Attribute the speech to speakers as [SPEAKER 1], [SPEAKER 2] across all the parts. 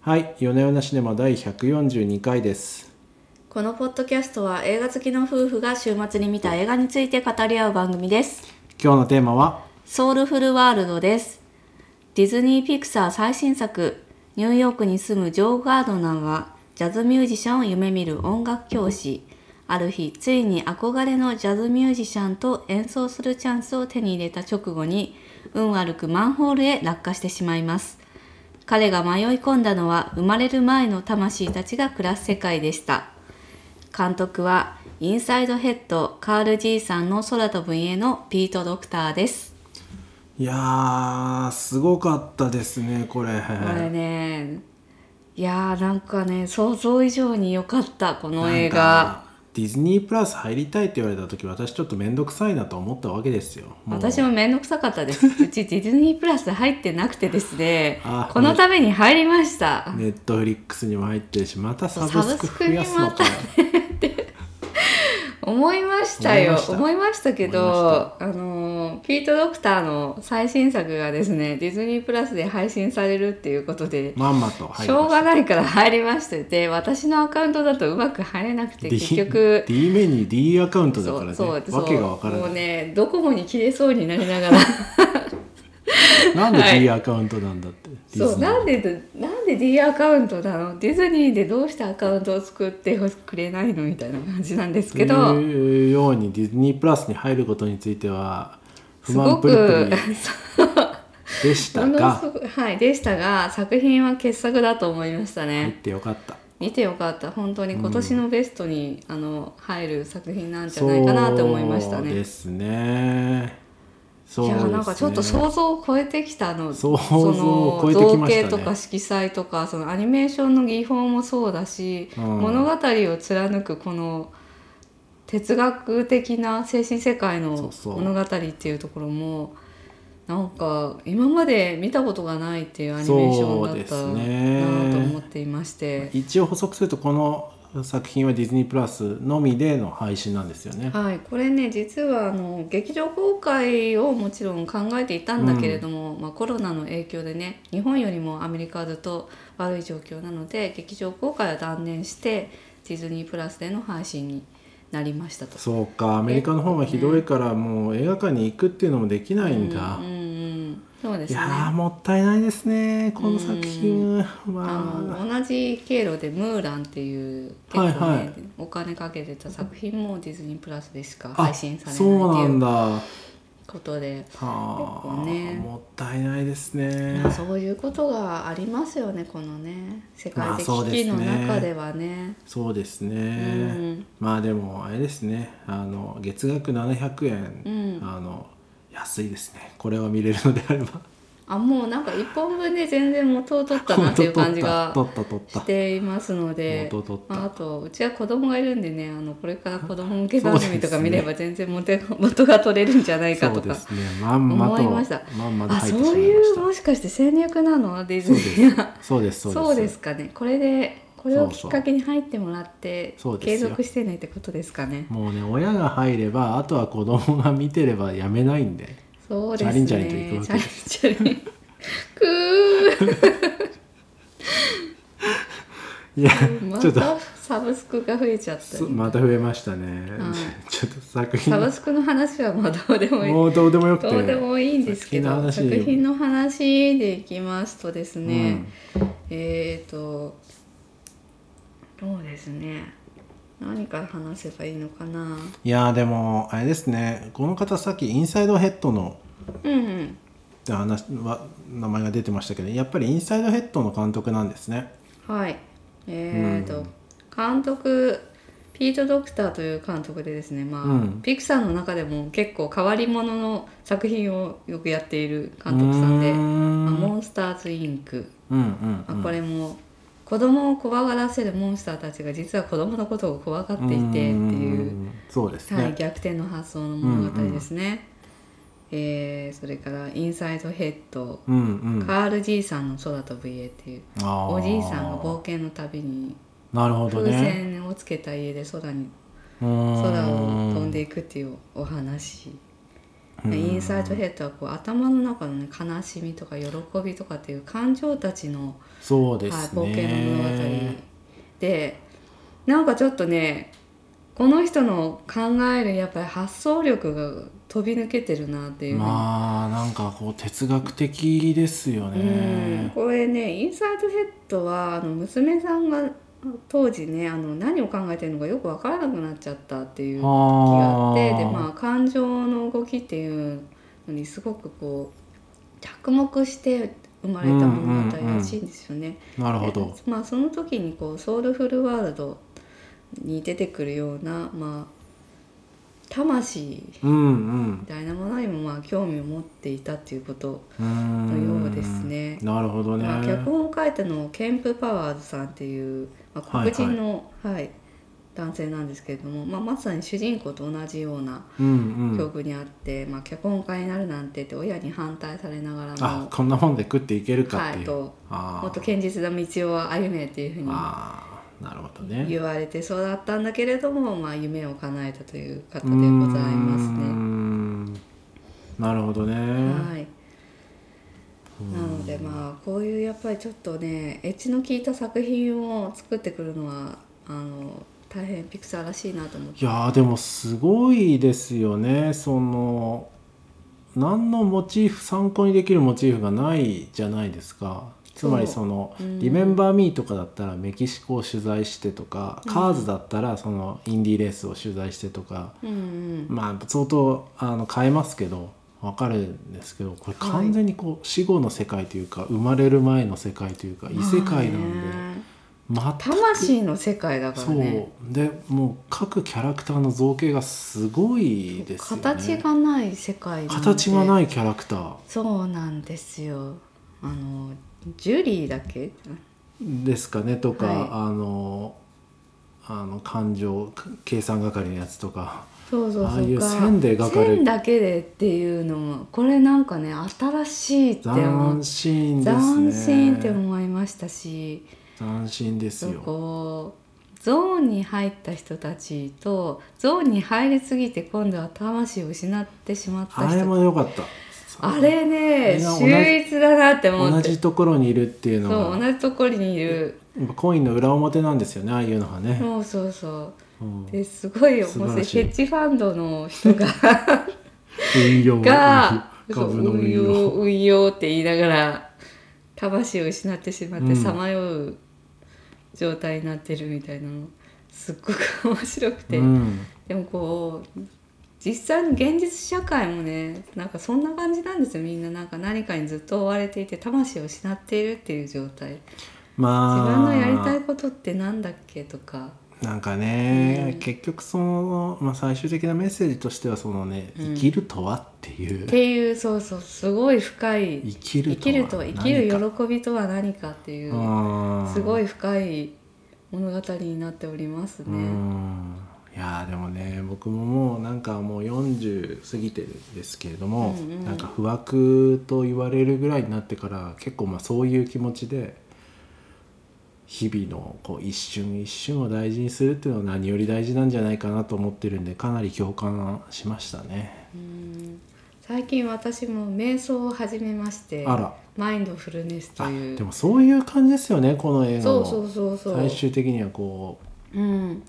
[SPEAKER 1] はい、夜な夜なシネマ第142回です。
[SPEAKER 2] このポッドキャストは映画好きの夫婦が週末に見た映画について語り合う番組です
[SPEAKER 1] 今日のテーマは、
[SPEAKER 2] ソウルフルワールドですディズニーピクサー最新作ニューヨークに住むジョー・ガードナンはジャズミュージシャンを夢見る音楽教師ある日ついに憧れのジャズミュージシャンと演奏するチャンスを手に入れた直後に運悪くマンホールへ落下してしまいます彼が迷い込んだのは生まれる前の魂たちが暮らす世界でした監督はインサイドヘッドカール・ジーさんの空飛ぶ家のピート・ドクターです
[SPEAKER 1] いやー、すごかったですね、これ。
[SPEAKER 2] これねいやーなんかね想像以上に良かったこの映
[SPEAKER 1] なん
[SPEAKER 2] 画
[SPEAKER 1] かディズニープラス入りたいって言われた時私ちょっと面倒くさいなと思ったわけですよもう
[SPEAKER 2] 私も面倒くさかったです うちディズニープラス入ってなくてですね
[SPEAKER 1] あー
[SPEAKER 2] このために入りました、
[SPEAKER 1] ネットフリックスにも入ってるしまたサ
[SPEAKER 2] そう
[SPEAKER 1] ブスク増やすのか
[SPEAKER 2] サ思いましたよ
[SPEAKER 1] 思
[SPEAKER 2] 思いましたけどあのーピート・ドクターの最新作がですねディズニープラスで配信されるっていうことで、
[SPEAKER 1] まんまと入
[SPEAKER 2] しょうが
[SPEAKER 1] い
[SPEAKER 2] ないから入りましてて私のアカウントだとうまく入れなくて結局
[SPEAKER 1] D, D メニュー D アカウントだからね
[SPEAKER 2] そうそう
[SPEAKER 1] わけがわから
[SPEAKER 2] もう
[SPEAKER 1] ない、
[SPEAKER 2] ねドコモに切れそうになりな がら
[SPEAKER 1] なんで
[SPEAKER 2] は
[SPEAKER 1] D
[SPEAKER 2] い
[SPEAKER 1] アカウントなんだって、ディ
[SPEAKER 2] そ
[SPEAKER 1] ズ
[SPEAKER 2] う
[SPEAKER 1] ニー
[SPEAKER 2] なんでなんで D アカウントなのディズニーでどうしてアカウントを作ってくれないのみたいな感じなんですけ
[SPEAKER 1] と
[SPEAKER 2] ど
[SPEAKER 1] いうようにディズニープラスに入ることについては不
[SPEAKER 2] すご
[SPEAKER 1] 満プ
[SPEAKER 2] く
[SPEAKER 1] リプリでした
[SPEAKER 2] ものす
[SPEAKER 1] が
[SPEAKER 2] ごくはいでしたが作品は傑作だと思いました
[SPEAKER 1] 入っ
[SPEAKER 2] ね
[SPEAKER 1] てよかった
[SPEAKER 2] 見てよかった本当に今年のベストに、あの入る作品なんじゃないかなと思いました
[SPEAKER 1] そうで
[SPEAKER 2] ね。
[SPEAKER 1] すねそう
[SPEAKER 2] い
[SPEAKER 1] です
[SPEAKER 2] や
[SPEAKER 1] ね
[SPEAKER 2] なんかちょっと想像を超えてきたの
[SPEAKER 1] 想像
[SPEAKER 2] そ
[SPEAKER 1] を
[SPEAKER 2] の
[SPEAKER 1] 超えてきま
[SPEAKER 2] 造
[SPEAKER 1] したね
[SPEAKER 2] 形とか色彩とかそのアニメーションの技法もそうだし、
[SPEAKER 1] うん
[SPEAKER 2] 物語を貫くこの哲学的な精神世界
[SPEAKER 1] そう
[SPEAKER 2] の
[SPEAKER 1] そう
[SPEAKER 2] 物語っていうところもなんか今まで見たことがないっていうアニメーションだった
[SPEAKER 1] そうですね
[SPEAKER 2] なと思っていまして、
[SPEAKER 1] 一応補足するとこの作品はディズニープラスのみでの配信なんですよね。
[SPEAKER 2] はい、これね実はあの劇場公開をもちろん考えていたんだけれども、まあ、コロナの影響でね日本よりもアメリカはずっと悪い状況なので劇場公開は断念してディズニープラスでの配信になりましたと。
[SPEAKER 1] そうかアメリカの方がひどいからもう映画館に行くっていうのもできないんだ。
[SPEAKER 2] うんうんうん、そうで
[SPEAKER 1] い
[SPEAKER 2] すね
[SPEAKER 1] やーもったいないですねこの作品
[SPEAKER 2] あ
[SPEAKER 1] は。
[SPEAKER 2] の同じ経路で「ムーラン」っていう結構、ね
[SPEAKER 1] はいはい
[SPEAKER 2] お金かけてた作品もディズニープラスでしか
[SPEAKER 1] あ
[SPEAKER 2] 配信されない
[SPEAKER 1] そうな
[SPEAKER 2] ってい
[SPEAKER 1] ん
[SPEAKER 2] う
[SPEAKER 1] だ。は
[SPEAKER 2] ことで
[SPEAKER 1] あ、
[SPEAKER 2] 結構ね
[SPEAKER 1] もったいないですね
[SPEAKER 2] ま。あ、そういうことがありますよねこのね世界
[SPEAKER 1] ま
[SPEAKER 2] 的
[SPEAKER 1] あそうで
[SPEAKER 2] 危機
[SPEAKER 1] す
[SPEAKER 2] の
[SPEAKER 1] ね
[SPEAKER 2] 中ではね,、
[SPEAKER 1] そうです
[SPEAKER 2] う
[SPEAKER 1] ね。
[SPEAKER 2] ん
[SPEAKER 1] まあでもあれですねあの月額700円、
[SPEAKER 2] うん
[SPEAKER 1] あの安いですねこれを見れるのであれば。
[SPEAKER 2] あもうなんか一本分で全然元を取ったなっていう感じが
[SPEAKER 1] 取った取った取
[SPEAKER 2] し
[SPEAKER 1] った
[SPEAKER 2] ていますので
[SPEAKER 1] 元取った
[SPEAKER 2] まあ、あとうちは子供がいるんでねあのこれから子供向け番組と
[SPEAKER 1] そうです
[SPEAKER 2] か
[SPEAKER 1] ね
[SPEAKER 2] 見れば全然元が 元が取れるんじゃないか
[SPEAKER 1] そ
[SPEAKER 2] と
[SPEAKER 1] うで
[SPEAKER 2] か。
[SPEAKER 1] すねまんまと
[SPEAKER 2] 思いました
[SPEAKER 1] まんまと
[SPEAKER 2] あ
[SPEAKER 1] 入って
[SPEAKER 2] そ
[SPEAKER 1] しま
[SPEAKER 2] う
[SPEAKER 1] いま
[SPEAKER 2] いう
[SPEAKER 1] した
[SPEAKER 2] もしかして戦略なのディズ
[SPEAKER 1] そう
[SPEAKER 2] ニ
[SPEAKER 1] で
[SPEAKER 2] ー
[SPEAKER 1] す
[SPEAKER 2] が
[SPEAKER 1] そうです
[SPEAKER 2] そうですかねこれでこれをきっかけに入ってもらって
[SPEAKER 1] そうで
[SPEAKER 2] 継
[SPEAKER 1] すよ
[SPEAKER 2] 続してねってことですかね
[SPEAKER 1] もうね親が入ればあとは子供が見てればやめないんで
[SPEAKER 2] そうですね。
[SPEAKER 1] チャリンチャリンと行くわけで
[SPEAKER 2] チャリンチャリン。く
[SPEAKER 1] いや
[SPEAKER 2] ー。ま
[SPEAKER 1] ちょっと
[SPEAKER 2] たサブスクが増えちゃった
[SPEAKER 1] そ
[SPEAKER 2] り。
[SPEAKER 1] また増えましたね、
[SPEAKER 2] はい
[SPEAKER 1] ちょっと作
[SPEAKER 2] サ
[SPEAKER 1] 品
[SPEAKER 2] ブスクの話はまあどう でもいい。
[SPEAKER 1] もうどうでもよくて
[SPEAKER 2] どうでもいいんですけど、作品
[SPEAKER 1] 作品の
[SPEAKER 2] の話でいきますとです
[SPEAKER 1] 話
[SPEAKER 2] ね、えっ、と、そうですね。何から話せばいいのかな。
[SPEAKER 1] いやーでもあれですねこの方さっきインサイドヘッドの
[SPEAKER 2] うんうん。
[SPEAKER 1] って話は名前が出てましたけどやっぱりインサイドヘッドの監督なんですね
[SPEAKER 2] はい。えっ、と、
[SPEAKER 1] うん
[SPEAKER 2] 監督ピート・ドクターという監督でですね、まあ
[SPEAKER 1] うん
[SPEAKER 2] ピクサーの中でも結構変わり者の作品をよくやっている監督さんで
[SPEAKER 1] うー
[SPEAKER 2] まあ
[SPEAKER 1] ん
[SPEAKER 2] モンスターズ・インク」
[SPEAKER 1] うんうん、う
[SPEAKER 2] まあ
[SPEAKER 1] ん、
[SPEAKER 2] これも子供を怖がらせるモンスターたちが実は子供のことを怖がっていてっていう
[SPEAKER 1] うんそうですね、
[SPEAKER 2] はい、逆転の発想の物語ですね。えーそれから「インサイド・ヘッド」
[SPEAKER 1] うんうん
[SPEAKER 2] カール・ジーさんの空飛ぶ家」っていう
[SPEAKER 1] あー
[SPEAKER 2] おじいさんが冒険の旅に
[SPEAKER 1] なるほど
[SPEAKER 2] 風
[SPEAKER 1] ね
[SPEAKER 2] 船をつけた家で空に
[SPEAKER 1] 空
[SPEAKER 2] 空を飛んでいくっていうお話インサイトヘッドはこう頭の中の、ね、悲しみとか喜びとかっていう感情たちの、
[SPEAKER 1] そうで
[SPEAKER 2] はい、
[SPEAKER 1] す
[SPEAKER 2] 冒険の物語
[SPEAKER 1] ね。
[SPEAKER 2] でなんかちょっとねこの人の考えるやっぱり発想力が飛び抜けてるなっていうふうに
[SPEAKER 1] まあなんかこう哲学的ですよ
[SPEAKER 2] うん
[SPEAKER 1] ね。
[SPEAKER 2] これねインサイドヘッドはあの娘さんが当時ねあの何を考えてるのかよく分からなくなっちゃったっていう気があ
[SPEAKER 1] あ
[SPEAKER 2] って
[SPEAKER 1] ー
[SPEAKER 2] でまあ感情の動きっていうのにすごくこう着目して生まれた物語らしいんですよね。
[SPEAKER 1] なるほど。
[SPEAKER 2] まあ、その時にこうソウルフルワールドに出てくるような、まあ、魂
[SPEAKER 1] うん
[SPEAKER 2] みたいなものにもまあ興味を持っていたっていうこと
[SPEAKER 1] うん。うん
[SPEAKER 2] のようですね
[SPEAKER 1] なるほどね。
[SPEAKER 2] まあ、脚本を書いたのはケンプ・パワーズさんっていう、まあ、
[SPEAKER 1] はいは
[SPEAKER 2] 黒
[SPEAKER 1] い
[SPEAKER 2] 人の、はい男性なんですけれども、まあ、まさに主人公と同じような
[SPEAKER 1] うんう
[SPEAKER 2] 境
[SPEAKER 1] ん。
[SPEAKER 2] 遇にあって、まあ、脚本家になるなんてって親に反対されながら
[SPEAKER 1] あ
[SPEAKER 2] も
[SPEAKER 1] こんなもんで食っていけるかって。
[SPEAKER 2] はいいうと
[SPEAKER 1] あ
[SPEAKER 2] もっ
[SPEAKER 1] ー
[SPEAKER 2] と堅実な道を歩めっていうふうに
[SPEAKER 1] あーなるほどね。
[SPEAKER 2] 言われてそうだったんだけれども、まあ、夢を叶えたという方でございます
[SPEAKER 1] うー
[SPEAKER 2] ね。
[SPEAKER 1] んなるほどね。
[SPEAKER 2] はいなのでまあこういうやっぱりちょっとねエッジの効いた作品を作ってくるのはあの大変ピクサーらしいなと思って
[SPEAKER 1] いやーでもすごいですよねその何のモチーフ参考にできるモチーフがないじゃないですかつまり
[SPEAKER 2] そう
[SPEAKER 1] その「
[SPEAKER 2] うん
[SPEAKER 1] Remember Me」とかだったらメキシコを取材してとか「
[SPEAKER 2] うん
[SPEAKER 1] Cars」だったらそのインディーレースを取材してとか
[SPEAKER 2] うんうん
[SPEAKER 1] まあ相当あの変えますけどわかるんですけどこれ
[SPEAKER 2] はい
[SPEAKER 1] 完全にこう死後の世界というか生まれる前の世界というか異世界なんで
[SPEAKER 2] まあね
[SPEAKER 1] また
[SPEAKER 2] 魂の世界だから
[SPEAKER 1] そう
[SPEAKER 2] ね
[SPEAKER 1] でもう各キャラクターの造形がすごいですよね
[SPEAKER 2] 形がない世界なんで
[SPEAKER 1] 形がないいキャラクター
[SPEAKER 2] そうなんですよあのジュリーだっけ
[SPEAKER 1] ですかねとか、
[SPEAKER 2] はい
[SPEAKER 1] あのあの感情計算係のやつとか
[SPEAKER 2] そうそうそう
[SPEAKER 1] ああいう
[SPEAKER 2] か
[SPEAKER 1] 線で描かれる
[SPEAKER 2] 線だけでっていうのもこれなんかね新しいって思う
[SPEAKER 1] 斬新ですね
[SPEAKER 2] 斬新って思いましたし
[SPEAKER 1] 斬新です
[SPEAKER 2] そう
[SPEAKER 1] よ
[SPEAKER 2] こうゾーンに入った人たちとゾーンに入りすぎて今度は魂を失ってしまった
[SPEAKER 1] あれ
[SPEAKER 2] 人
[SPEAKER 1] も良かった
[SPEAKER 2] あれね
[SPEAKER 1] みんな同じ
[SPEAKER 2] 秀逸だなって思
[SPEAKER 1] 同
[SPEAKER 2] って
[SPEAKER 1] じところにいるっていうの
[SPEAKER 2] そう
[SPEAKER 1] が
[SPEAKER 2] 同じところにいる
[SPEAKER 1] やっぱコインの裏表なんですよねああいうのがね、
[SPEAKER 2] そうそうそ
[SPEAKER 1] うん
[SPEAKER 2] うですごい面
[SPEAKER 1] 素晴
[SPEAKER 2] 白
[SPEAKER 1] ら
[SPEAKER 2] い
[SPEAKER 1] しい
[SPEAKER 2] ヘッジファンドの 人が
[SPEAKER 1] 運用
[SPEAKER 2] が
[SPEAKER 1] 株の運
[SPEAKER 2] 運用
[SPEAKER 1] 用
[SPEAKER 2] 運用って言いながら魂を失ってしまっ
[SPEAKER 1] う
[SPEAKER 2] て
[SPEAKER 1] ん
[SPEAKER 2] さまよう状態になってるみたいなのすっごく面白くて、
[SPEAKER 1] うん
[SPEAKER 2] でもこう実際の現実社会もねなんかそんな感じなんですよみんななんか何かにずっと追われていて魂を失っているっていう状態自
[SPEAKER 1] まあ
[SPEAKER 2] 分のやりたいことってなんだっけとか
[SPEAKER 1] なんかね、
[SPEAKER 2] うん
[SPEAKER 1] 結局その、まあ、最終的なメッセージとしてはそのね、
[SPEAKER 2] う
[SPEAKER 1] 生
[SPEAKER 2] ん
[SPEAKER 1] きるとはっていう
[SPEAKER 2] っていうそうそうすごい深い
[SPEAKER 1] 生き
[SPEAKER 2] 生
[SPEAKER 1] る
[SPEAKER 2] きると
[SPEAKER 1] は
[SPEAKER 2] 生
[SPEAKER 1] 何か
[SPEAKER 2] きる喜びとは何かっていう。
[SPEAKER 1] うん
[SPEAKER 2] すごい深い物語になっております
[SPEAKER 1] う
[SPEAKER 2] ね。
[SPEAKER 1] んいやーでもね僕ももうなんかもう40過ぎてるんですけれども、
[SPEAKER 2] うんうん
[SPEAKER 1] なんか不惑と言われるぐらいになってから結構まあそういう気持ちで日々のこう一瞬一瞬を大事にするっていうのは何より大事なんじゃないかなと思ってるんでかなり共感しましたね。
[SPEAKER 2] うん最近私も瞑想を始めまして、
[SPEAKER 1] あら
[SPEAKER 2] マインドフルネスと
[SPEAKER 1] あ
[SPEAKER 2] いう
[SPEAKER 1] で。もそういう感じですよねこの映画
[SPEAKER 2] そ
[SPEAKER 1] も
[SPEAKER 2] うそうそうそう。
[SPEAKER 1] 最終的にはこ
[SPEAKER 2] うん。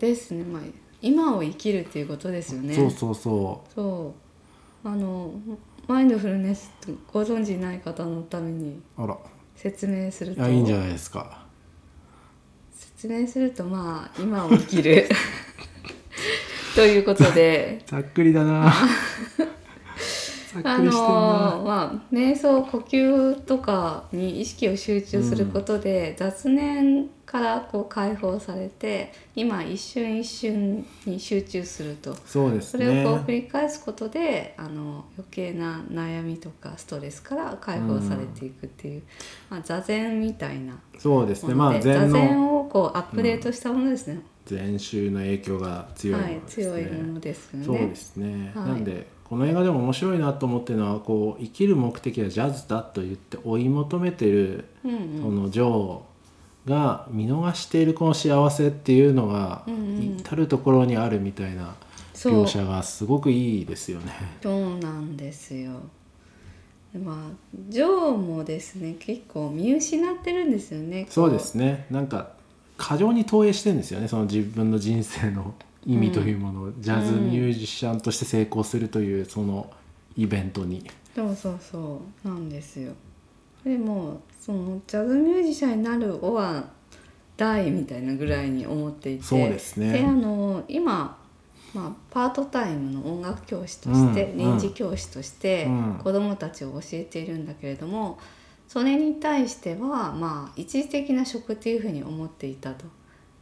[SPEAKER 2] ですね。まあ今を生きるっていうことですよ
[SPEAKER 1] う、
[SPEAKER 2] ね。
[SPEAKER 1] そうそうそ
[SPEAKER 2] そうあのマインドフルネスご存知ない方のために
[SPEAKER 1] うあら
[SPEAKER 2] 説明する
[SPEAKER 1] い
[SPEAKER 2] と、
[SPEAKER 1] やいいんじゃないですか
[SPEAKER 2] 説明するとまあ今を生 きるということで。
[SPEAKER 1] ざっくりだ なざっ
[SPEAKER 2] あ
[SPEAKER 1] くりしてんな、
[SPEAKER 2] のーまあ瞑想呼吸とかに意識を集中することで、雑念からこう解放されて今一瞬一瞬に集中すると
[SPEAKER 1] そうです
[SPEAKER 2] それ
[SPEAKER 1] ね
[SPEAKER 2] をこう繰り返すことで、あの余計な悩みとかストレスから解放されていくっていう、まあ、座禅みたいな
[SPEAKER 1] そうですね
[SPEAKER 2] も
[SPEAKER 1] ま
[SPEAKER 2] の
[SPEAKER 1] あ
[SPEAKER 2] で、座
[SPEAKER 1] 禅の
[SPEAKER 2] 禅をこうアップデートしたものですね、
[SPEAKER 1] 禅宗の影響が強いも
[SPEAKER 2] は
[SPEAKER 1] の
[SPEAKER 2] い
[SPEAKER 1] ですね、
[SPEAKER 2] 強いものですよね。
[SPEAKER 1] そうですね、
[SPEAKER 2] はい
[SPEAKER 1] なんでこの映画でも面白いなと思ってるのはこう生きる目的はジャズだと言って追い求めてる
[SPEAKER 2] うんうん
[SPEAKER 1] このジョーが見逃しているこの幸せっていうのが
[SPEAKER 2] うんうん
[SPEAKER 1] 至る所にあるみたいな
[SPEAKER 2] そう
[SPEAKER 1] 描写がすごくいいですよね。
[SPEAKER 2] そうなんですよ。まあジョーもですね結構見失ってるんですよね。こ
[SPEAKER 1] そうです。ねなんか過剰に投影してるんですよねその自分の人生の意味というものを、ジャズミュージシャンとして成功するというそのイベントに、
[SPEAKER 2] そうそうそうなんですよ。でもそのジャズミュージシャンになるオは大みたいなぐらいに思っていて。
[SPEAKER 1] そうです
[SPEAKER 2] であ
[SPEAKER 1] ね。
[SPEAKER 2] の今、まあ、パートタイムの音楽教師として、
[SPEAKER 1] うん
[SPEAKER 2] 臨時教師として
[SPEAKER 1] うん
[SPEAKER 2] 子どもたちを教えているんだけれども、それに対しては、まあ、一時的な職っていうふうに思っていたと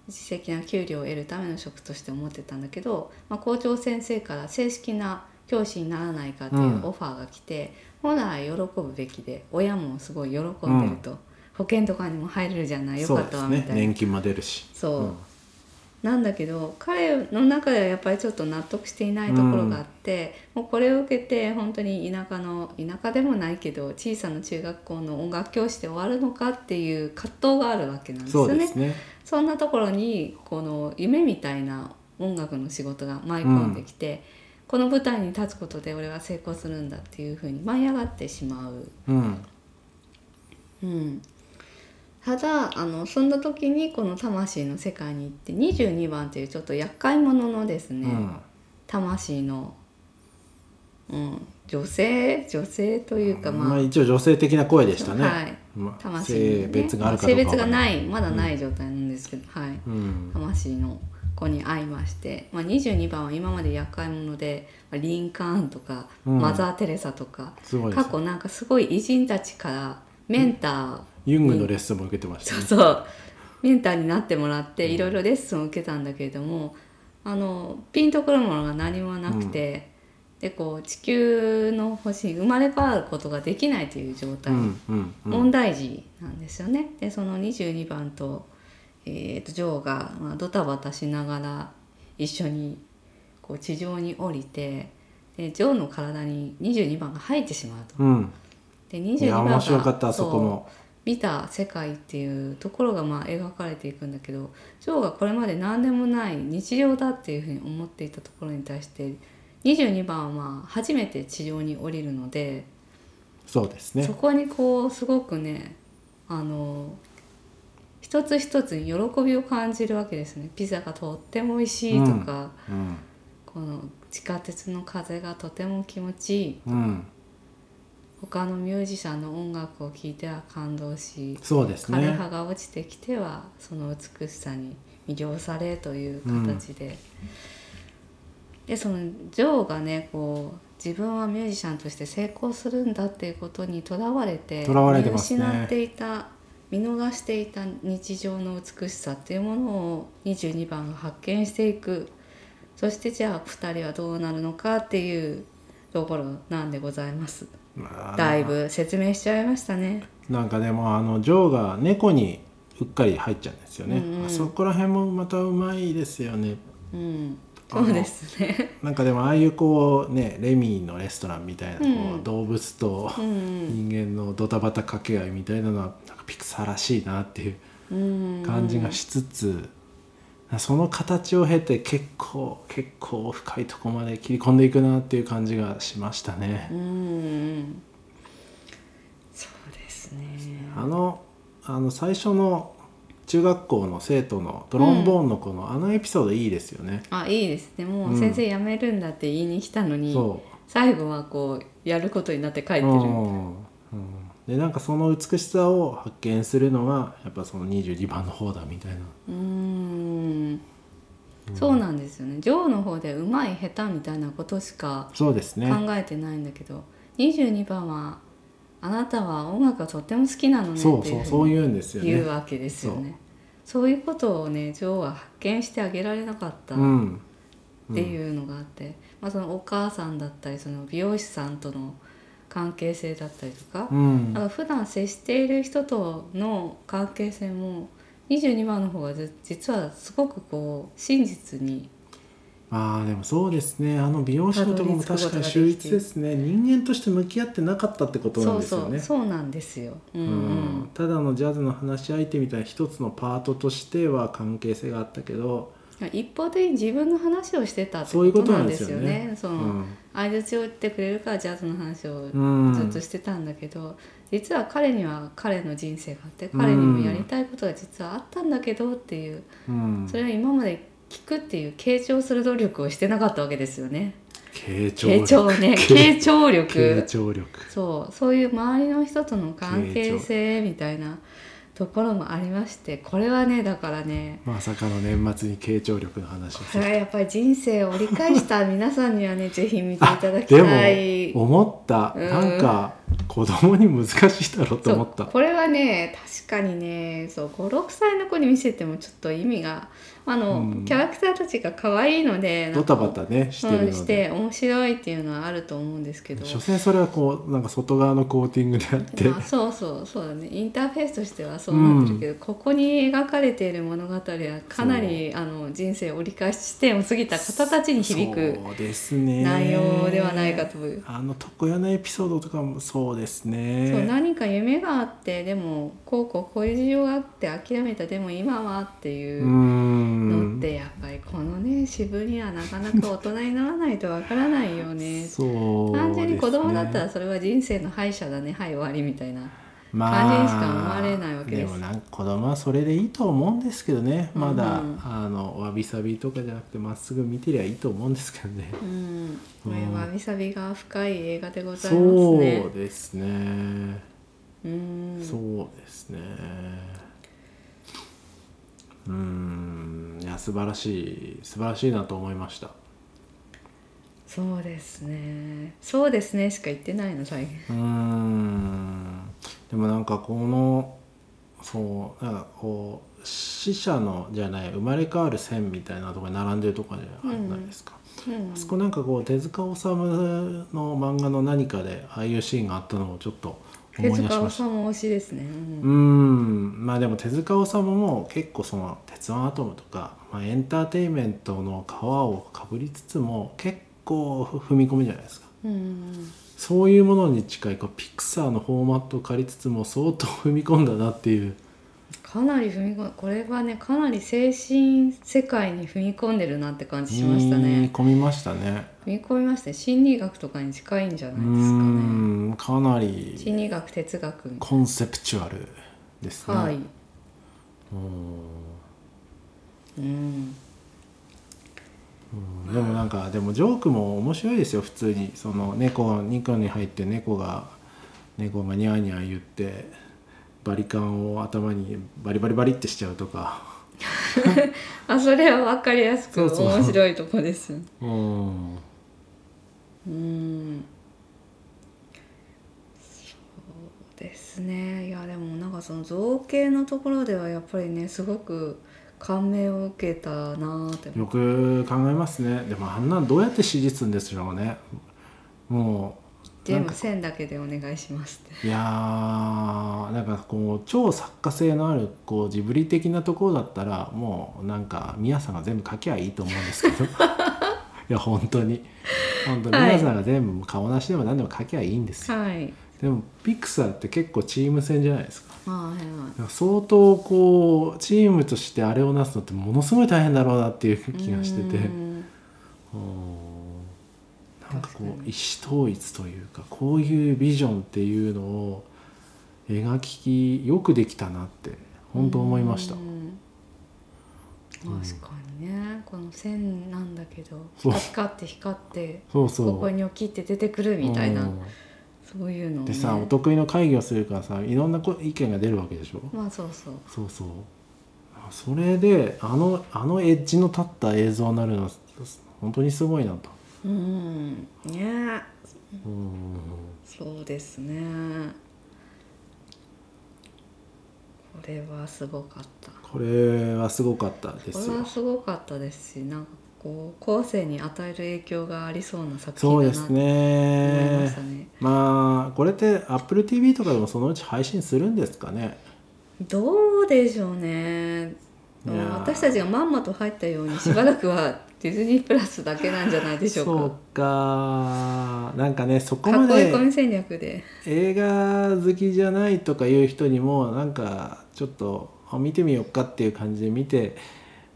[SPEAKER 2] 一時的な給料を得るための職として思ってたんだけど、まあ、校長先生から正式な教師にならないかというオファーが来て、本来喜ぶべきで親もすごい喜んでると、保険とかにも入れるじゃないよ
[SPEAKER 1] そ
[SPEAKER 2] か
[SPEAKER 1] う
[SPEAKER 2] っ
[SPEAKER 1] で
[SPEAKER 2] たわ
[SPEAKER 1] す
[SPEAKER 2] み
[SPEAKER 1] ね
[SPEAKER 2] たいな。
[SPEAKER 1] 年金も出るし
[SPEAKER 2] そう、
[SPEAKER 1] うん
[SPEAKER 2] なんだけど彼の中ではやっぱりちょっと納得していないところがあって、もうこれを受けて本当に田舎の田舎でもないけど小さな中学校の音楽教師で終わるのかっていう葛藤があるわけなんです
[SPEAKER 1] そ
[SPEAKER 2] よ
[SPEAKER 1] うで
[SPEAKER 2] ね。
[SPEAKER 1] すね
[SPEAKER 2] そんなところにこの夢みたいな音楽の仕事が舞い込んできて、この舞台に立つことで俺は成功するんだっていうふうに舞い上がってしまう
[SPEAKER 1] うん
[SPEAKER 2] うん、ただあのそんな時にこの魂の世界に行って22番っていうちょっと厄介者のです
[SPEAKER 1] う
[SPEAKER 2] ね、
[SPEAKER 1] ん
[SPEAKER 2] 魂の、うん、女性女性というか
[SPEAKER 1] ま
[SPEAKER 2] ま
[SPEAKER 1] あ
[SPEAKER 2] あ、
[SPEAKER 1] 一応女性的な声でしたね、
[SPEAKER 2] はい、
[SPEAKER 1] まあ
[SPEAKER 2] 魂に
[SPEAKER 1] 性
[SPEAKER 2] ね、
[SPEAKER 1] 別があるかど
[SPEAKER 2] 性
[SPEAKER 1] うかは
[SPEAKER 2] 別がないまだない状態なんですけど、はい
[SPEAKER 1] うん
[SPEAKER 2] 魂の子に会いまして、まあ、22番は今まで厄介者でまあリンカーンとか、
[SPEAKER 1] うん
[SPEAKER 2] マザー・テレサとか
[SPEAKER 1] すごいで
[SPEAKER 2] 過
[SPEAKER 1] すね
[SPEAKER 2] 去なんかすごい偉人たちからメンター、
[SPEAKER 1] ユングのレッスンも受けてました
[SPEAKER 2] そ
[SPEAKER 1] ね
[SPEAKER 2] うそうメンターになってもらっていろいろレッスンを受けたんだけれどもあのピンとくるものが何もなくて、でこう地球の星に生まれ変わることができないという状態、
[SPEAKER 1] うんうんうん
[SPEAKER 2] 問題児なんですよね。でその22番と,、えーとジョーが、まあ、ドタバタしながら一緒にこう地上に降りてでジョーの体に22番が入ってしまうと。
[SPEAKER 1] うん
[SPEAKER 2] で22
[SPEAKER 1] いや
[SPEAKER 2] 番が
[SPEAKER 1] 面白かったあそこ
[SPEAKER 2] う
[SPEAKER 1] も
[SPEAKER 2] 見た世界っていうところがまあ描かれていくんだけどジョーがこれまで何でもない日常だっていうふうに思っていたところに対して22番はまあ初めて地上に降りるので、
[SPEAKER 1] そうですね
[SPEAKER 2] そこにこうすごくねあの一つ一つに喜びを感じるわけですねピザがとっても美味しいとか、
[SPEAKER 1] うん
[SPEAKER 2] この地下鉄の風がとても気持ちいい
[SPEAKER 1] うん
[SPEAKER 2] 他のミュージシャンの音楽を聴いては感動し
[SPEAKER 1] そうです
[SPEAKER 2] 枯
[SPEAKER 1] ね
[SPEAKER 2] 葉が落ちてきてはその美しさに魅了されという形で、でそのジョーがねこう自分はミュージシャンとして成功するんだっていうことにとらわれて
[SPEAKER 1] 囚われてますね
[SPEAKER 2] 見失っていた見逃していた日常の美しさっていうものを22番が発見していくそしてじゃあ2人はどうなるのかっていうところなんでございます。
[SPEAKER 1] まあ
[SPEAKER 2] だいぶ説明しちゃいましたね。
[SPEAKER 1] なんかでもあのジョーが猫にうっかり入っちゃうんですよね、
[SPEAKER 2] うんうん
[SPEAKER 1] あそこら辺もまたうまいですよね
[SPEAKER 2] うん、
[SPEAKER 1] あ
[SPEAKER 2] そ
[SPEAKER 1] の
[SPEAKER 2] うですね。
[SPEAKER 1] なんかでもああいうこうねレミーのレストランみたいなこう、
[SPEAKER 2] うん
[SPEAKER 1] 動物と
[SPEAKER 2] うん
[SPEAKER 1] 人間のドタバタ掛け合いみたいなのはなんかピクサーらしいなっていう
[SPEAKER 2] うん、
[SPEAKER 1] 感じがしつつ、その形を経て結構結構深いとこまで切り込んでいくなっていう感じがしましたね
[SPEAKER 2] う。んそうですね
[SPEAKER 1] あのあの最初の中学校の生徒のトロンボーンの子の、あのエピソードいいですよね。
[SPEAKER 2] あいいですねもう
[SPEAKER 1] うん
[SPEAKER 2] 先生辞めるんだって言いに来たのに、
[SPEAKER 1] そ
[SPEAKER 2] 最後はこうやることになって帰って
[SPEAKER 1] う、
[SPEAKER 2] る、
[SPEAKER 1] うんうんでなんかその美しさを発見するのがやっぱその22番の方だみたいな。
[SPEAKER 2] うんそうなんですよね女王の方でうまい下手みたいなことしか
[SPEAKER 1] そうですね。
[SPEAKER 2] 考えてないんだけど、22番は「あなたは音楽がとっても好きなのね」
[SPEAKER 1] そう
[SPEAKER 2] ってい
[SPEAKER 1] そうう
[SPEAKER 2] ふ
[SPEAKER 1] そうう
[SPEAKER 2] に
[SPEAKER 1] 言うんですよね。
[SPEAKER 2] 言うわけですよね。そういうことをね女王は発見してあげられなかった。
[SPEAKER 1] うん、
[SPEAKER 2] っていうのがあって、まあ、そのお母さんだったりその美容師さんとの関係性だったりとか,、
[SPEAKER 1] うん
[SPEAKER 2] なんか普段接している人との関係性も22番の方がじ実はすごくこう真実に
[SPEAKER 1] ああでもそうですねあの美容師のとこも確かに秀逸ですね人間として向き合ってなかったってことなん
[SPEAKER 2] そう
[SPEAKER 1] です
[SPEAKER 2] そ
[SPEAKER 1] よ
[SPEAKER 2] う
[SPEAKER 1] ね
[SPEAKER 2] そうなんですよ。うんう
[SPEAKER 1] うん
[SPEAKER 2] ん
[SPEAKER 1] ただのジャズの話し相手みたいな一つのパートとしては関係性があったけど
[SPEAKER 2] 一方的に自分の話をしてたって
[SPEAKER 1] そういう
[SPEAKER 2] こ
[SPEAKER 1] ことと
[SPEAKER 2] な
[SPEAKER 1] なんん
[SPEAKER 2] で
[SPEAKER 1] ですす
[SPEAKER 2] よ
[SPEAKER 1] よ
[SPEAKER 2] ね
[SPEAKER 1] ね。
[SPEAKER 2] その相づちを打ってくれるからジャズの話を
[SPEAKER 1] うん
[SPEAKER 2] ずっとしてたんだけど、実は彼には彼の人生があって彼にもやりたいことが実はあったんだけどっていう、
[SPEAKER 1] うん
[SPEAKER 2] それは今まで聞くっていう傾聴する努力をしてなかったわけですよね。
[SPEAKER 1] 傾聴
[SPEAKER 2] 傾聴ね 傾
[SPEAKER 1] 傾
[SPEAKER 2] 聴力
[SPEAKER 1] 傾聴力
[SPEAKER 2] そうそういう周りの人との関係性みたいなところもありましてこれはねだからね
[SPEAKER 1] まさかの年末に傾聴力の話を
[SPEAKER 2] これはやっぱり人生を折り返した皆さんにはねぜひ見てい
[SPEAKER 1] あ
[SPEAKER 2] ただきた
[SPEAKER 1] で
[SPEAKER 2] い
[SPEAKER 1] も思った
[SPEAKER 2] うん
[SPEAKER 1] なんか子供に難しいだろうと思っ
[SPEAKER 2] そ
[SPEAKER 1] た
[SPEAKER 2] うこれはね確かにねそう56歳の子に見せてもちょっと意味があの、
[SPEAKER 1] うん
[SPEAKER 2] キャラクターたちが可愛いので
[SPEAKER 1] ドタバタねして
[SPEAKER 2] う
[SPEAKER 1] る
[SPEAKER 2] ん、し
[SPEAKER 1] ので
[SPEAKER 2] て面白いっていうのはあると思うんですけど
[SPEAKER 1] 所詮それはこうなんか外側のコーティングであって
[SPEAKER 2] まあ、そうそうそうだねインターフェースとしてはそうなってるけど、ここに描かれている物語はかなりあの人生折り返し地点を過ぎた方たちに響く
[SPEAKER 1] そうですね
[SPEAKER 2] 内容ではないかという
[SPEAKER 1] あの常夜のエピソードとかもそうですね
[SPEAKER 2] そう何か夢があってでもこうこうこういう事情があって諦めたでも今はっていううの
[SPEAKER 1] ん
[SPEAKER 2] ってやっぱりこのね渋にはなかなか大人にならないとわからないよね。
[SPEAKER 1] そう
[SPEAKER 2] 単純に子供だった
[SPEAKER 1] です
[SPEAKER 2] ら
[SPEAKER 1] ね
[SPEAKER 2] それは人生の敗者だねはい終わりみたいな。
[SPEAKER 1] まあ
[SPEAKER 2] 感じにしか思われないわけで
[SPEAKER 1] で
[SPEAKER 2] す
[SPEAKER 1] もなんか子供はそれでいいと思うんですけどねまだ、
[SPEAKER 2] うんうん
[SPEAKER 1] あのわびさびとかじゃなくてまっすぐ見てりゃいいと思うんですけどね
[SPEAKER 2] うん、これ
[SPEAKER 1] うん
[SPEAKER 2] はみさびが深い映画でございます
[SPEAKER 1] そう
[SPEAKER 2] ね。
[SPEAKER 1] ですね、
[SPEAKER 2] うん、
[SPEAKER 1] そうですねうんいや素晴らしい素晴らしいなと思いました
[SPEAKER 2] そうですね。そうですねしか言ってないの最近。
[SPEAKER 1] うーんでもなんかこのそうなんかこう死者のじゃない生まれ変わる線みたいなとこに並んでるとこじゃないですか、
[SPEAKER 2] うん
[SPEAKER 1] あそこなんかこう手塚治虫の漫画の何かでああいうシーンがあったのをちょっと思
[SPEAKER 2] 手
[SPEAKER 1] い出し
[SPEAKER 2] 塚
[SPEAKER 1] ま
[SPEAKER 2] 治
[SPEAKER 1] した
[SPEAKER 2] 虫推しですね。
[SPEAKER 1] うーんまあでも手塚治虫も結構その「鉄腕アトム」とか、まあ、エンターテインメントの皮をかぶりつつも結構踏み込みじゃないですか
[SPEAKER 2] うん、うん、
[SPEAKER 1] そういうものに近いこうピクサーのフォーマットを借りつつも相当踏み込んだなっていう
[SPEAKER 2] かなり踏み込んこれはねかなり精神世界に踏み込んでるなって感じしました
[SPEAKER 1] 踏み
[SPEAKER 2] ね。
[SPEAKER 1] 込みましたね。
[SPEAKER 2] 踏み込みましたね。心理学とかに近いんじゃ
[SPEAKER 1] う
[SPEAKER 2] な
[SPEAKER 1] ー
[SPEAKER 2] いですかね。
[SPEAKER 1] んかなり
[SPEAKER 2] 心理学哲学みたい
[SPEAKER 1] コンセプチュアルですね。
[SPEAKER 2] な。はい。
[SPEAKER 1] うーん
[SPEAKER 2] う
[SPEAKER 1] う
[SPEAKER 2] ん。
[SPEAKER 1] んでもなんかでもジョークも面白いですよ普通にその猫がニコに入って猫が猫がニャーニャー言ってバリカンを頭にバリバリバリってしちゃうとか。
[SPEAKER 2] あそれはわかりやすく
[SPEAKER 1] そうそう
[SPEAKER 2] 面白いとこですよね。
[SPEAKER 1] うん
[SPEAKER 2] うーんそうですねいやでもなんかその造形のところではやっぱりねすごく感銘を受けたなーって
[SPEAKER 1] よく考えますねでもあんなんどうやって支持するんですよねもうな
[SPEAKER 2] 全
[SPEAKER 1] ん
[SPEAKER 2] 部
[SPEAKER 1] か
[SPEAKER 2] 線だけでお願いしますって
[SPEAKER 1] いやーなんかこう超作家性のあるこうジブリ的なところだったらもうなんか宮さんが全部書きゃいいと思うんです けどいや本当に本当に
[SPEAKER 2] はい
[SPEAKER 1] 宮さんが全部顔なしでも何でも書きゃいいんですよ、
[SPEAKER 2] はい
[SPEAKER 1] でもピクサーって結構チーム戦じゃないですか
[SPEAKER 2] まあはいはい
[SPEAKER 1] 相当こうチームとしてあれをなすのってものすごい大変だろうなっていう気がしてて。
[SPEAKER 2] うーん
[SPEAKER 1] うんなんかこ
[SPEAKER 2] 確か
[SPEAKER 1] う
[SPEAKER 2] に
[SPEAKER 1] 意思統一というかこういうビジョンっていうのを描きよくできたなって本当思いました
[SPEAKER 2] うん
[SPEAKER 1] うん
[SPEAKER 2] 確かにねこの線なんだけど
[SPEAKER 1] そう
[SPEAKER 2] 光って光って
[SPEAKER 1] そうそう
[SPEAKER 2] ここに起きって出てくるみたいなそういうの
[SPEAKER 1] う
[SPEAKER 2] を
[SPEAKER 1] んで
[SPEAKER 2] ね
[SPEAKER 1] さお得意の会議をするからさいろんなこ意見が出るわけでしょ
[SPEAKER 2] まあそうそう
[SPEAKER 1] そうそうあそれであのあのエッジの立った映像になるのは本当にすごいなと
[SPEAKER 2] うんね
[SPEAKER 1] うん
[SPEAKER 2] そうですねこれはすごかったこ
[SPEAKER 1] これはすごかったです
[SPEAKER 2] れは
[SPEAKER 1] よ
[SPEAKER 2] すごかったですしなんかこう後世に与える影響がありそうな作
[SPEAKER 1] そうで
[SPEAKER 2] 品だな
[SPEAKER 1] す
[SPEAKER 2] と思い
[SPEAKER 1] ね
[SPEAKER 2] ましたね
[SPEAKER 1] まあこれって AppleTV とかでもそのうち配信するんですかね
[SPEAKER 2] どうでしょうね
[SPEAKER 1] いやー
[SPEAKER 2] 私たちがまんまと入ったようにしばらくはディズニープラスだけなんじゃないでしょ
[SPEAKER 1] そううかなんかねそこ
[SPEAKER 2] かか
[SPEAKER 1] ま
[SPEAKER 2] っこいい
[SPEAKER 1] で
[SPEAKER 2] 込み戦略で
[SPEAKER 1] 映画好きじゃないとかいう人にもなんかちょっとあ見てみようかっていう感じで見て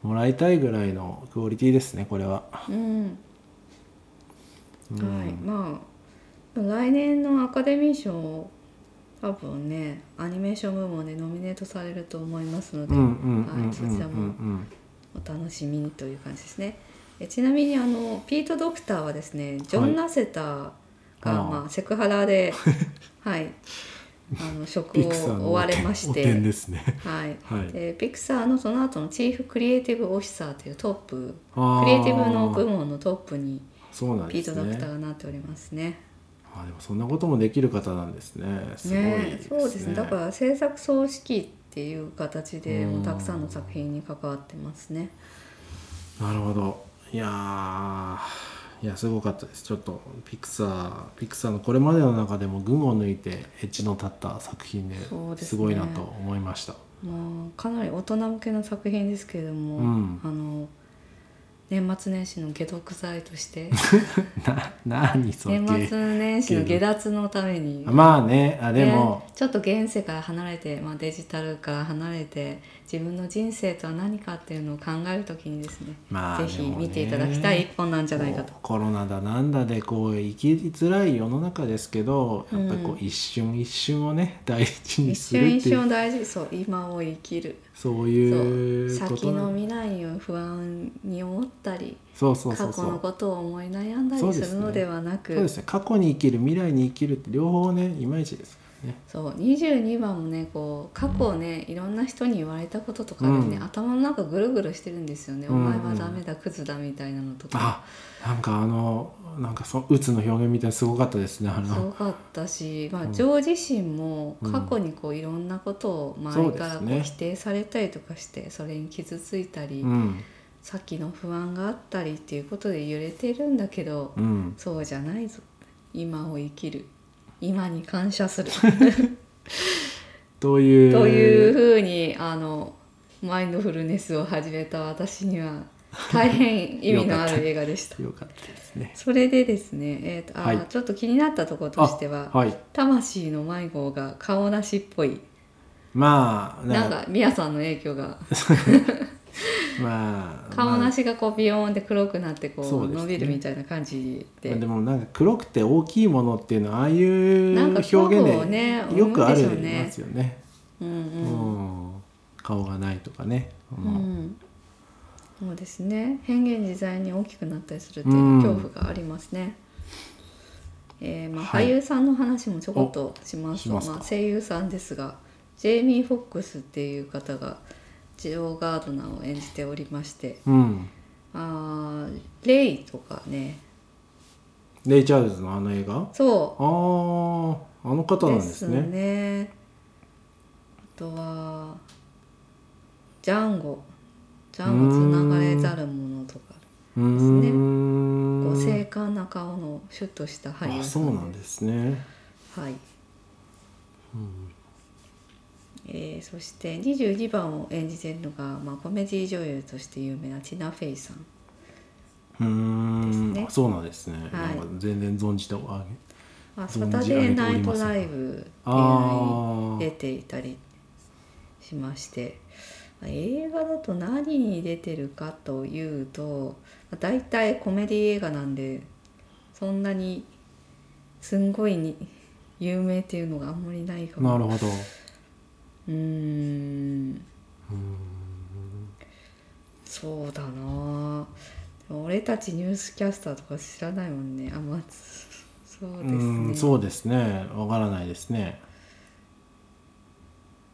[SPEAKER 1] もらいたいぐらいのクオリティですねこれは。
[SPEAKER 2] うん
[SPEAKER 1] うん
[SPEAKER 2] はい、まあ来年のアカデミー賞多分ねアニメーション部門でノミネートされると思いますので、
[SPEAKER 1] うんうんうんうん
[SPEAKER 2] はい、そちら
[SPEAKER 1] う
[SPEAKER 2] も
[SPEAKER 1] ん
[SPEAKER 2] お楽しみにという感じですねえちなみにあのピート・ドクターはですねジョ
[SPEAKER 1] はい
[SPEAKER 2] ン・ナセターが、
[SPEAKER 1] ああ
[SPEAKER 2] まあ、セクハ ラではいあの職
[SPEAKER 1] ピ
[SPEAKER 2] を
[SPEAKER 1] クサーの
[SPEAKER 2] 追われまし
[SPEAKER 1] お点
[SPEAKER 2] て
[SPEAKER 1] ですね。
[SPEAKER 2] はい
[SPEAKER 1] はい。
[SPEAKER 2] でピクサーのその後のチーフクリエイティブ・オフィサーというトップ
[SPEAKER 1] ク
[SPEAKER 2] クリエイティブの部門のトップに
[SPEAKER 1] そうなん
[SPEAKER 2] ピ
[SPEAKER 1] で
[SPEAKER 2] ート・
[SPEAKER 1] す
[SPEAKER 2] ドクター
[SPEAKER 1] ね。
[SPEAKER 2] がなっておりますね。
[SPEAKER 1] あでもそんなこともできる方なんですね。すごい
[SPEAKER 2] ね
[SPEAKER 1] ですね。
[SPEAKER 2] そうですねだから制作総指揮っていう形で
[SPEAKER 1] うん
[SPEAKER 2] もうたくさんの作品に関わってますね。
[SPEAKER 1] なるほど。いやーいやすごかったです。ちょっとピクサーピクサーのこれまでの中でも群を抜いてエッジの立った作品で
[SPEAKER 2] そうですね
[SPEAKER 1] すごいなと思いま した。
[SPEAKER 2] まあ、かなり大人向けの作品ですけれども、
[SPEAKER 1] うん
[SPEAKER 2] あの年末年始の解毒剤として
[SPEAKER 1] な何 そ
[SPEAKER 2] 年
[SPEAKER 1] れ。
[SPEAKER 2] 末年始の下脱のために。
[SPEAKER 1] まあねあでも
[SPEAKER 2] ね、ちょっと現世から離れて、まあ、デジタルから離れて自分の人生とは何かっていうのを考えるときにですね、
[SPEAKER 1] まあ
[SPEAKER 2] ぜ
[SPEAKER 1] で
[SPEAKER 2] ひ
[SPEAKER 1] もね
[SPEAKER 2] 見ていただきたい一本なんじゃないかと
[SPEAKER 1] こうコロナだなんだでこう生きづらい世の中ですけどやっぱりこ
[SPEAKER 2] うん
[SPEAKER 1] う一瞬一瞬をね大事に
[SPEAKER 2] 一
[SPEAKER 1] するってい
[SPEAKER 2] 瞬
[SPEAKER 1] う
[SPEAKER 2] 一瞬を大事にそう今を生きる
[SPEAKER 1] そう
[SPEAKER 2] そう
[SPEAKER 1] いうこと
[SPEAKER 2] 先の
[SPEAKER 1] な
[SPEAKER 2] 未来を不安に思ったり
[SPEAKER 1] そうそうそう
[SPEAKER 2] 過去
[SPEAKER 1] そ
[SPEAKER 2] の
[SPEAKER 1] う
[SPEAKER 2] ことを思い悩んだ
[SPEAKER 1] そう
[SPEAKER 2] り
[SPEAKER 1] ですね
[SPEAKER 2] するのではなく
[SPEAKER 1] そうですね過去に生きる未来に生きるって両方ねイメージですね
[SPEAKER 2] そう22番もねこう過去をね、いろんな人に言われたこととかでね、
[SPEAKER 1] うん
[SPEAKER 2] 頭の中ぐるぐるしてるんですよね、
[SPEAKER 1] うん
[SPEAKER 2] お前はダメだクズだみたいなのとか
[SPEAKER 1] あなんかあのなんかそう鬱の表現みたいなすごかったですねあ
[SPEAKER 2] すご
[SPEAKER 1] の
[SPEAKER 2] かったし、ま
[SPEAKER 1] う
[SPEAKER 2] あ、
[SPEAKER 1] ん
[SPEAKER 2] ジョー自身も
[SPEAKER 1] うん
[SPEAKER 2] 過去にこういろんなことを周りから
[SPEAKER 1] そう
[SPEAKER 2] こ
[SPEAKER 1] です
[SPEAKER 2] う
[SPEAKER 1] ね
[SPEAKER 2] 否定されたりとかしてそれに傷ついたり、
[SPEAKER 1] うん
[SPEAKER 2] さっきの不安があったりっていうことで揺れてるんだけど、
[SPEAKER 1] うん
[SPEAKER 2] そうじゃないぞ今を生きる今に感謝する
[SPEAKER 1] という
[SPEAKER 2] というふうにあのマインドフルネスを始めた私には大変意味のある映画でした。
[SPEAKER 1] よかったですね
[SPEAKER 2] それでですね、えーとあー
[SPEAKER 1] はい
[SPEAKER 2] ちょっと気になったところとしては、
[SPEAKER 1] はい
[SPEAKER 2] 魂の迷子が顔なしっぽい
[SPEAKER 1] まあ
[SPEAKER 2] なんかミヤさんの影響が
[SPEAKER 1] まあ
[SPEAKER 2] 顔
[SPEAKER 1] まあ
[SPEAKER 2] なしがこうビヨーンって黒くなってこ
[SPEAKER 1] そう
[SPEAKER 2] う
[SPEAKER 1] ですね
[SPEAKER 2] 伸びるみたいな感じで
[SPEAKER 1] まあでもなんか黒くて大きいものっていうのはああいう
[SPEAKER 2] なん
[SPEAKER 1] 表
[SPEAKER 2] か
[SPEAKER 1] 現
[SPEAKER 2] 黒をね
[SPEAKER 1] でよくある
[SPEAKER 2] 生む
[SPEAKER 1] ん
[SPEAKER 2] んでしょうね
[SPEAKER 1] ですよね。
[SPEAKER 2] うん
[SPEAKER 1] う
[SPEAKER 2] うん
[SPEAKER 1] ん顔がないとかね。う
[SPEAKER 2] うんん、そうですね変幻自在に大きくなったりするという恐怖がありますね、えーまあ、
[SPEAKER 1] はい
[SPEAKER 2] 俳優さんの話もちょこっとします
[SPEAKER 1] し
[SPEAKER 2] と
[SPEAKER 1] ますか
[SPEAKER 2] まあ、声優さんですがジェイミー・フォックスっていう方がジオ・ガードナーを演じておりまして
[SPEAKER 1] うん
[SPEAKER 2] あーレイとかね
[SPEAKER 1] レイ・チャールズのあの映画あ
[SPEAKER 2] そ
[SPEAKER 1] あーあの
[SPEAKER 2] う
[SPEAKER 1] 方なんですね。
[SPEAKER 2] ねあとはジャンゴジャンゴつながれざるものとか
[SPEAKER 1] うー
[SPEAKER 2] こ
[SPEAKER 1] ん
[SPEAKER 2] う精悍な顔のシュッとした俳優
[SPEAKER 1] あ
[SPEAKER 2] さ
[SPEAKER 1] そ
[SPEAKER 2] ん
[SPEAKER 1] うなんですね。
[SPEAKER 2] はい、えーそして22番を演じているのが、まあ、コメディ女優として有名なティナ・フェイさん
[SPEAKER 1] うーん、
[SPEAKER 2] ですね
[SPEAKER 1] あそうなんですね。
[SPEAKER 2] はい
[SPEAKER 1] なんか全然存じておあ
[SPEAKER 2] 「まあ、サ
[SPEAKER 1] 存
[SPEAKER 2] タ
[SPEAKER 1] じ上げ
[SPEAKER 2] デー・
[SPEAKER 1] てお
[SPEAKER 2] ナイ
[SPEAKER 1] り
[SPEAKER 2] ト・
[SPEAKER 1] ません
[SPEAKER 2] ライブ」っていう
[SPEAKER 1] あ
[SPEAKER 2] のに出ていたりしましてまあ映画だと何に出てるかというとまあ大体コメディ映画なんでそんなにすんごいに有名っていうのがあんまりないか
[SPEAKER 1] ー
[SPEAKER 2] も
[SPEAKER 1] なるほど。
[SPEAKER 2] うーんそうだな俺たちニュースキャスターとか知らないもんねあまずそう
[SPEAKER 1] う
[SPEAKER 2] ですね
[SPEAKER 1] んそうですね。わからないですね。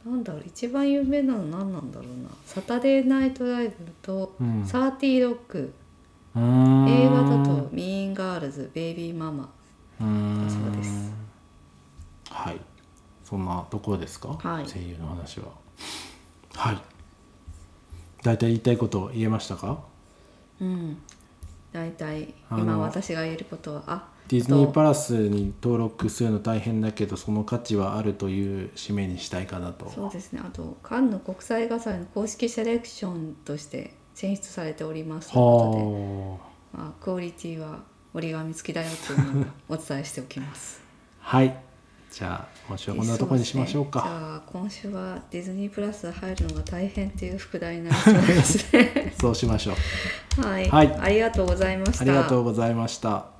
[SPEAKER 2] なんだろう一番有名なの何なんだろうな「サタデーナイトライブ」と
[SPEAKER 1] うん
[SPEAKER 2] 「サーティーロック」
[SPEAKER 1] うーん
[SPEAKER 2] 映画だと「ミーンガールズ」「ベイビーママ
[SPEAKER 1] うーん
[SPEAKER 2] そうです
[SPEAKER 1] はいそんなところですか、
[SPEAKER 2] はい
[SPEAKER 1] 声優の話ははい大体言いたいことを言えましたか」
[SPEAKER 2] うん大体
[SPEAKER 1] あの
[SPEAKER 2] 今私が言えることはあ
[SPEAKER 1] ディズニー
[SPEAKER 2] あと
[SPEAKER 1] プラスに登録するの大変だけどその価値はあるという締めにしたいかなと
[SPEAKER 2] そうですねあとカンヌ国際映画祭の公式セレクションとして選出されておりますということ
[SPEAKER 1] はあ
[SPEAKER 2] で、まあ、クオリティは折り紙付きだよというのをお伝えしておきます
[SPEAKER 1] はいじゃあ今週はこんなとこにしましょうか
[SPEAKER 2] そうですねじゃあ今週はディズニープラス入るのが大変っていう副題になりそうですね
[SPEAKER 1] そうしましょう
[SPEAKER 2] はい、
[SPEAKER 1] はい
[SPEAKER 2] ありがとうございました
[SPEAKER 1] ありがとうございました